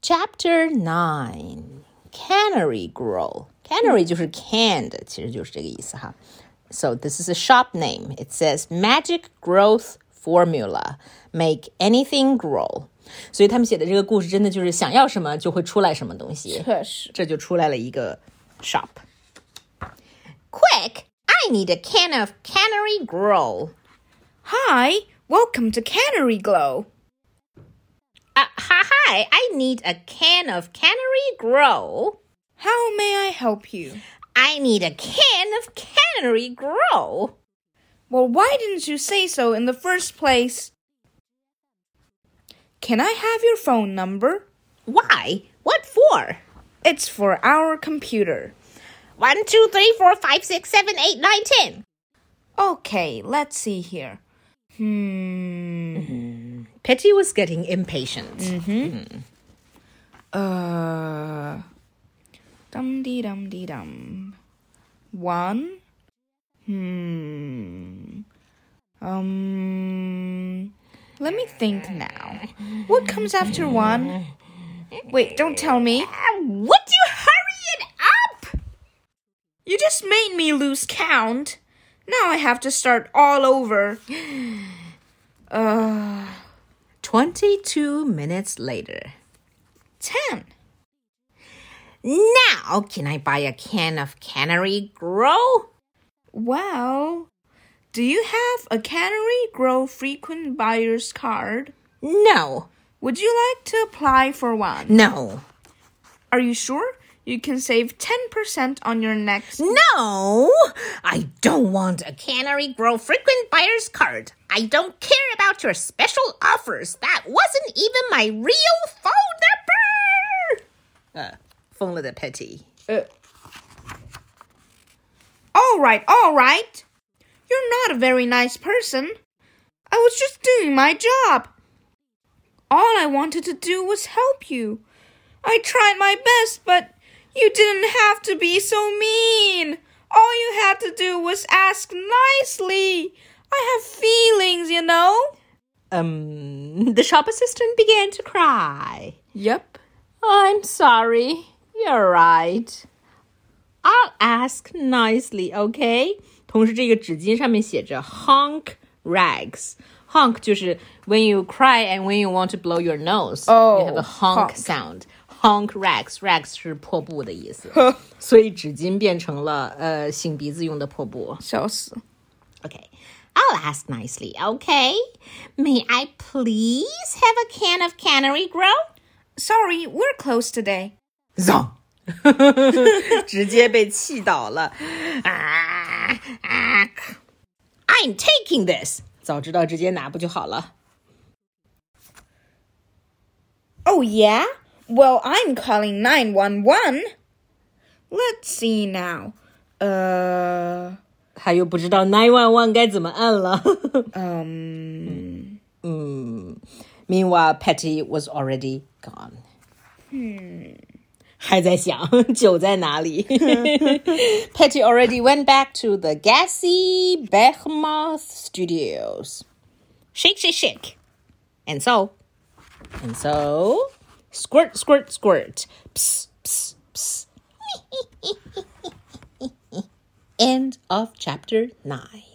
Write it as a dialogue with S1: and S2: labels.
S1: Chapter Nine Cannery Girl Cannery 就是 canned，其实就是这个意思哈。So this is a shop name. It says Magic Growth Formula. Make anything grow. 所以他们写的这个故事真的就是想要什么就会出来什么东西。
S2: 确实，
S1: 这就出来了一个 shop。Quick, I need a can of cannery grow.
S2: Hi, welcome to Cannery Glow.
S1: Uh, hi, hi, I need a can of cannery grow.
S2: How may I help you?
S1: I need a can of cannery grow.
S2: Well, why didn't you say so in the first place? Can I have your phone number?
S1: Why? What for?
S2: It's for our computer.
S1: One, two, three, four, five, six, seven, eight, nine, ten.
S2: Okay, let's see here. Hmm.
S1: Petty was getting impatient.
S2: Uh. Dum dee dum dee dum. One. Hmm. Um. Let me think now. What comes after one? Wait, don't tell me.
S1: Uh, would you hurry it up?
S2: You just made me lose count. Now I have to start all over. Uh,
S1: 22 minutes later.
S2: ten.
S1: Now, can I buy a can of Cannery Grow?
S2: Well, do you have a Cannery Grow frequent buyer's card?
S1: No,
S2: Would you like to apply for one?
S1: no,
S2: Are you sure? You can save 10% on your next.
S1: no! I don't want a Cannery Grow frequent buyer's card. I don't care about your special offers. That wasn't even my real phone number! Uh, 疯了的 Petty.
S2: All right, all right. You're not a very nice person. I was just doing my job. All I wanted to do was help you. I tried my best, but you didn't have to be so mean. All you had to do was ask nicely. I have feelings, you know.
S1: Um, the shop assistant began to cry.
S2: Yep.
S1: I'm sorry. You're right. I'll ask nicely, okay? 同时，这个纸巾上面写着 honk rags。honk 就是 when you cry and when you want to blow your nose，、
S2: Oh,
S1: you have a honk,
S2: honk.
S1: sound。honk rags，rags 是破布的意思，所以纸巾变成了呃擤鼻子用的破布。Okay. I'll ask nicely, okay? May I please have a can of cannery grow?
S2: Sorry, we're closed today.
S1: 让，直接被气倒了。啊啊！I'm taking this，早知道直接拿不就好了。
S2: Oh, yeah? Well, I'm calling 911. Let's see now. Uh,
S1: 他又不知道 nine one one 该怎么按 了。
S2: um,
S1: Meanwhile, Patty was already gone. 嗯，Hmm. 还在想酒在哪里。Patty already went back to the gassy Behemoth Studios. Shake, shake, shake. And so, and so, squirt, squirt, squirt. Psst, psst, psst. End of chapter 9.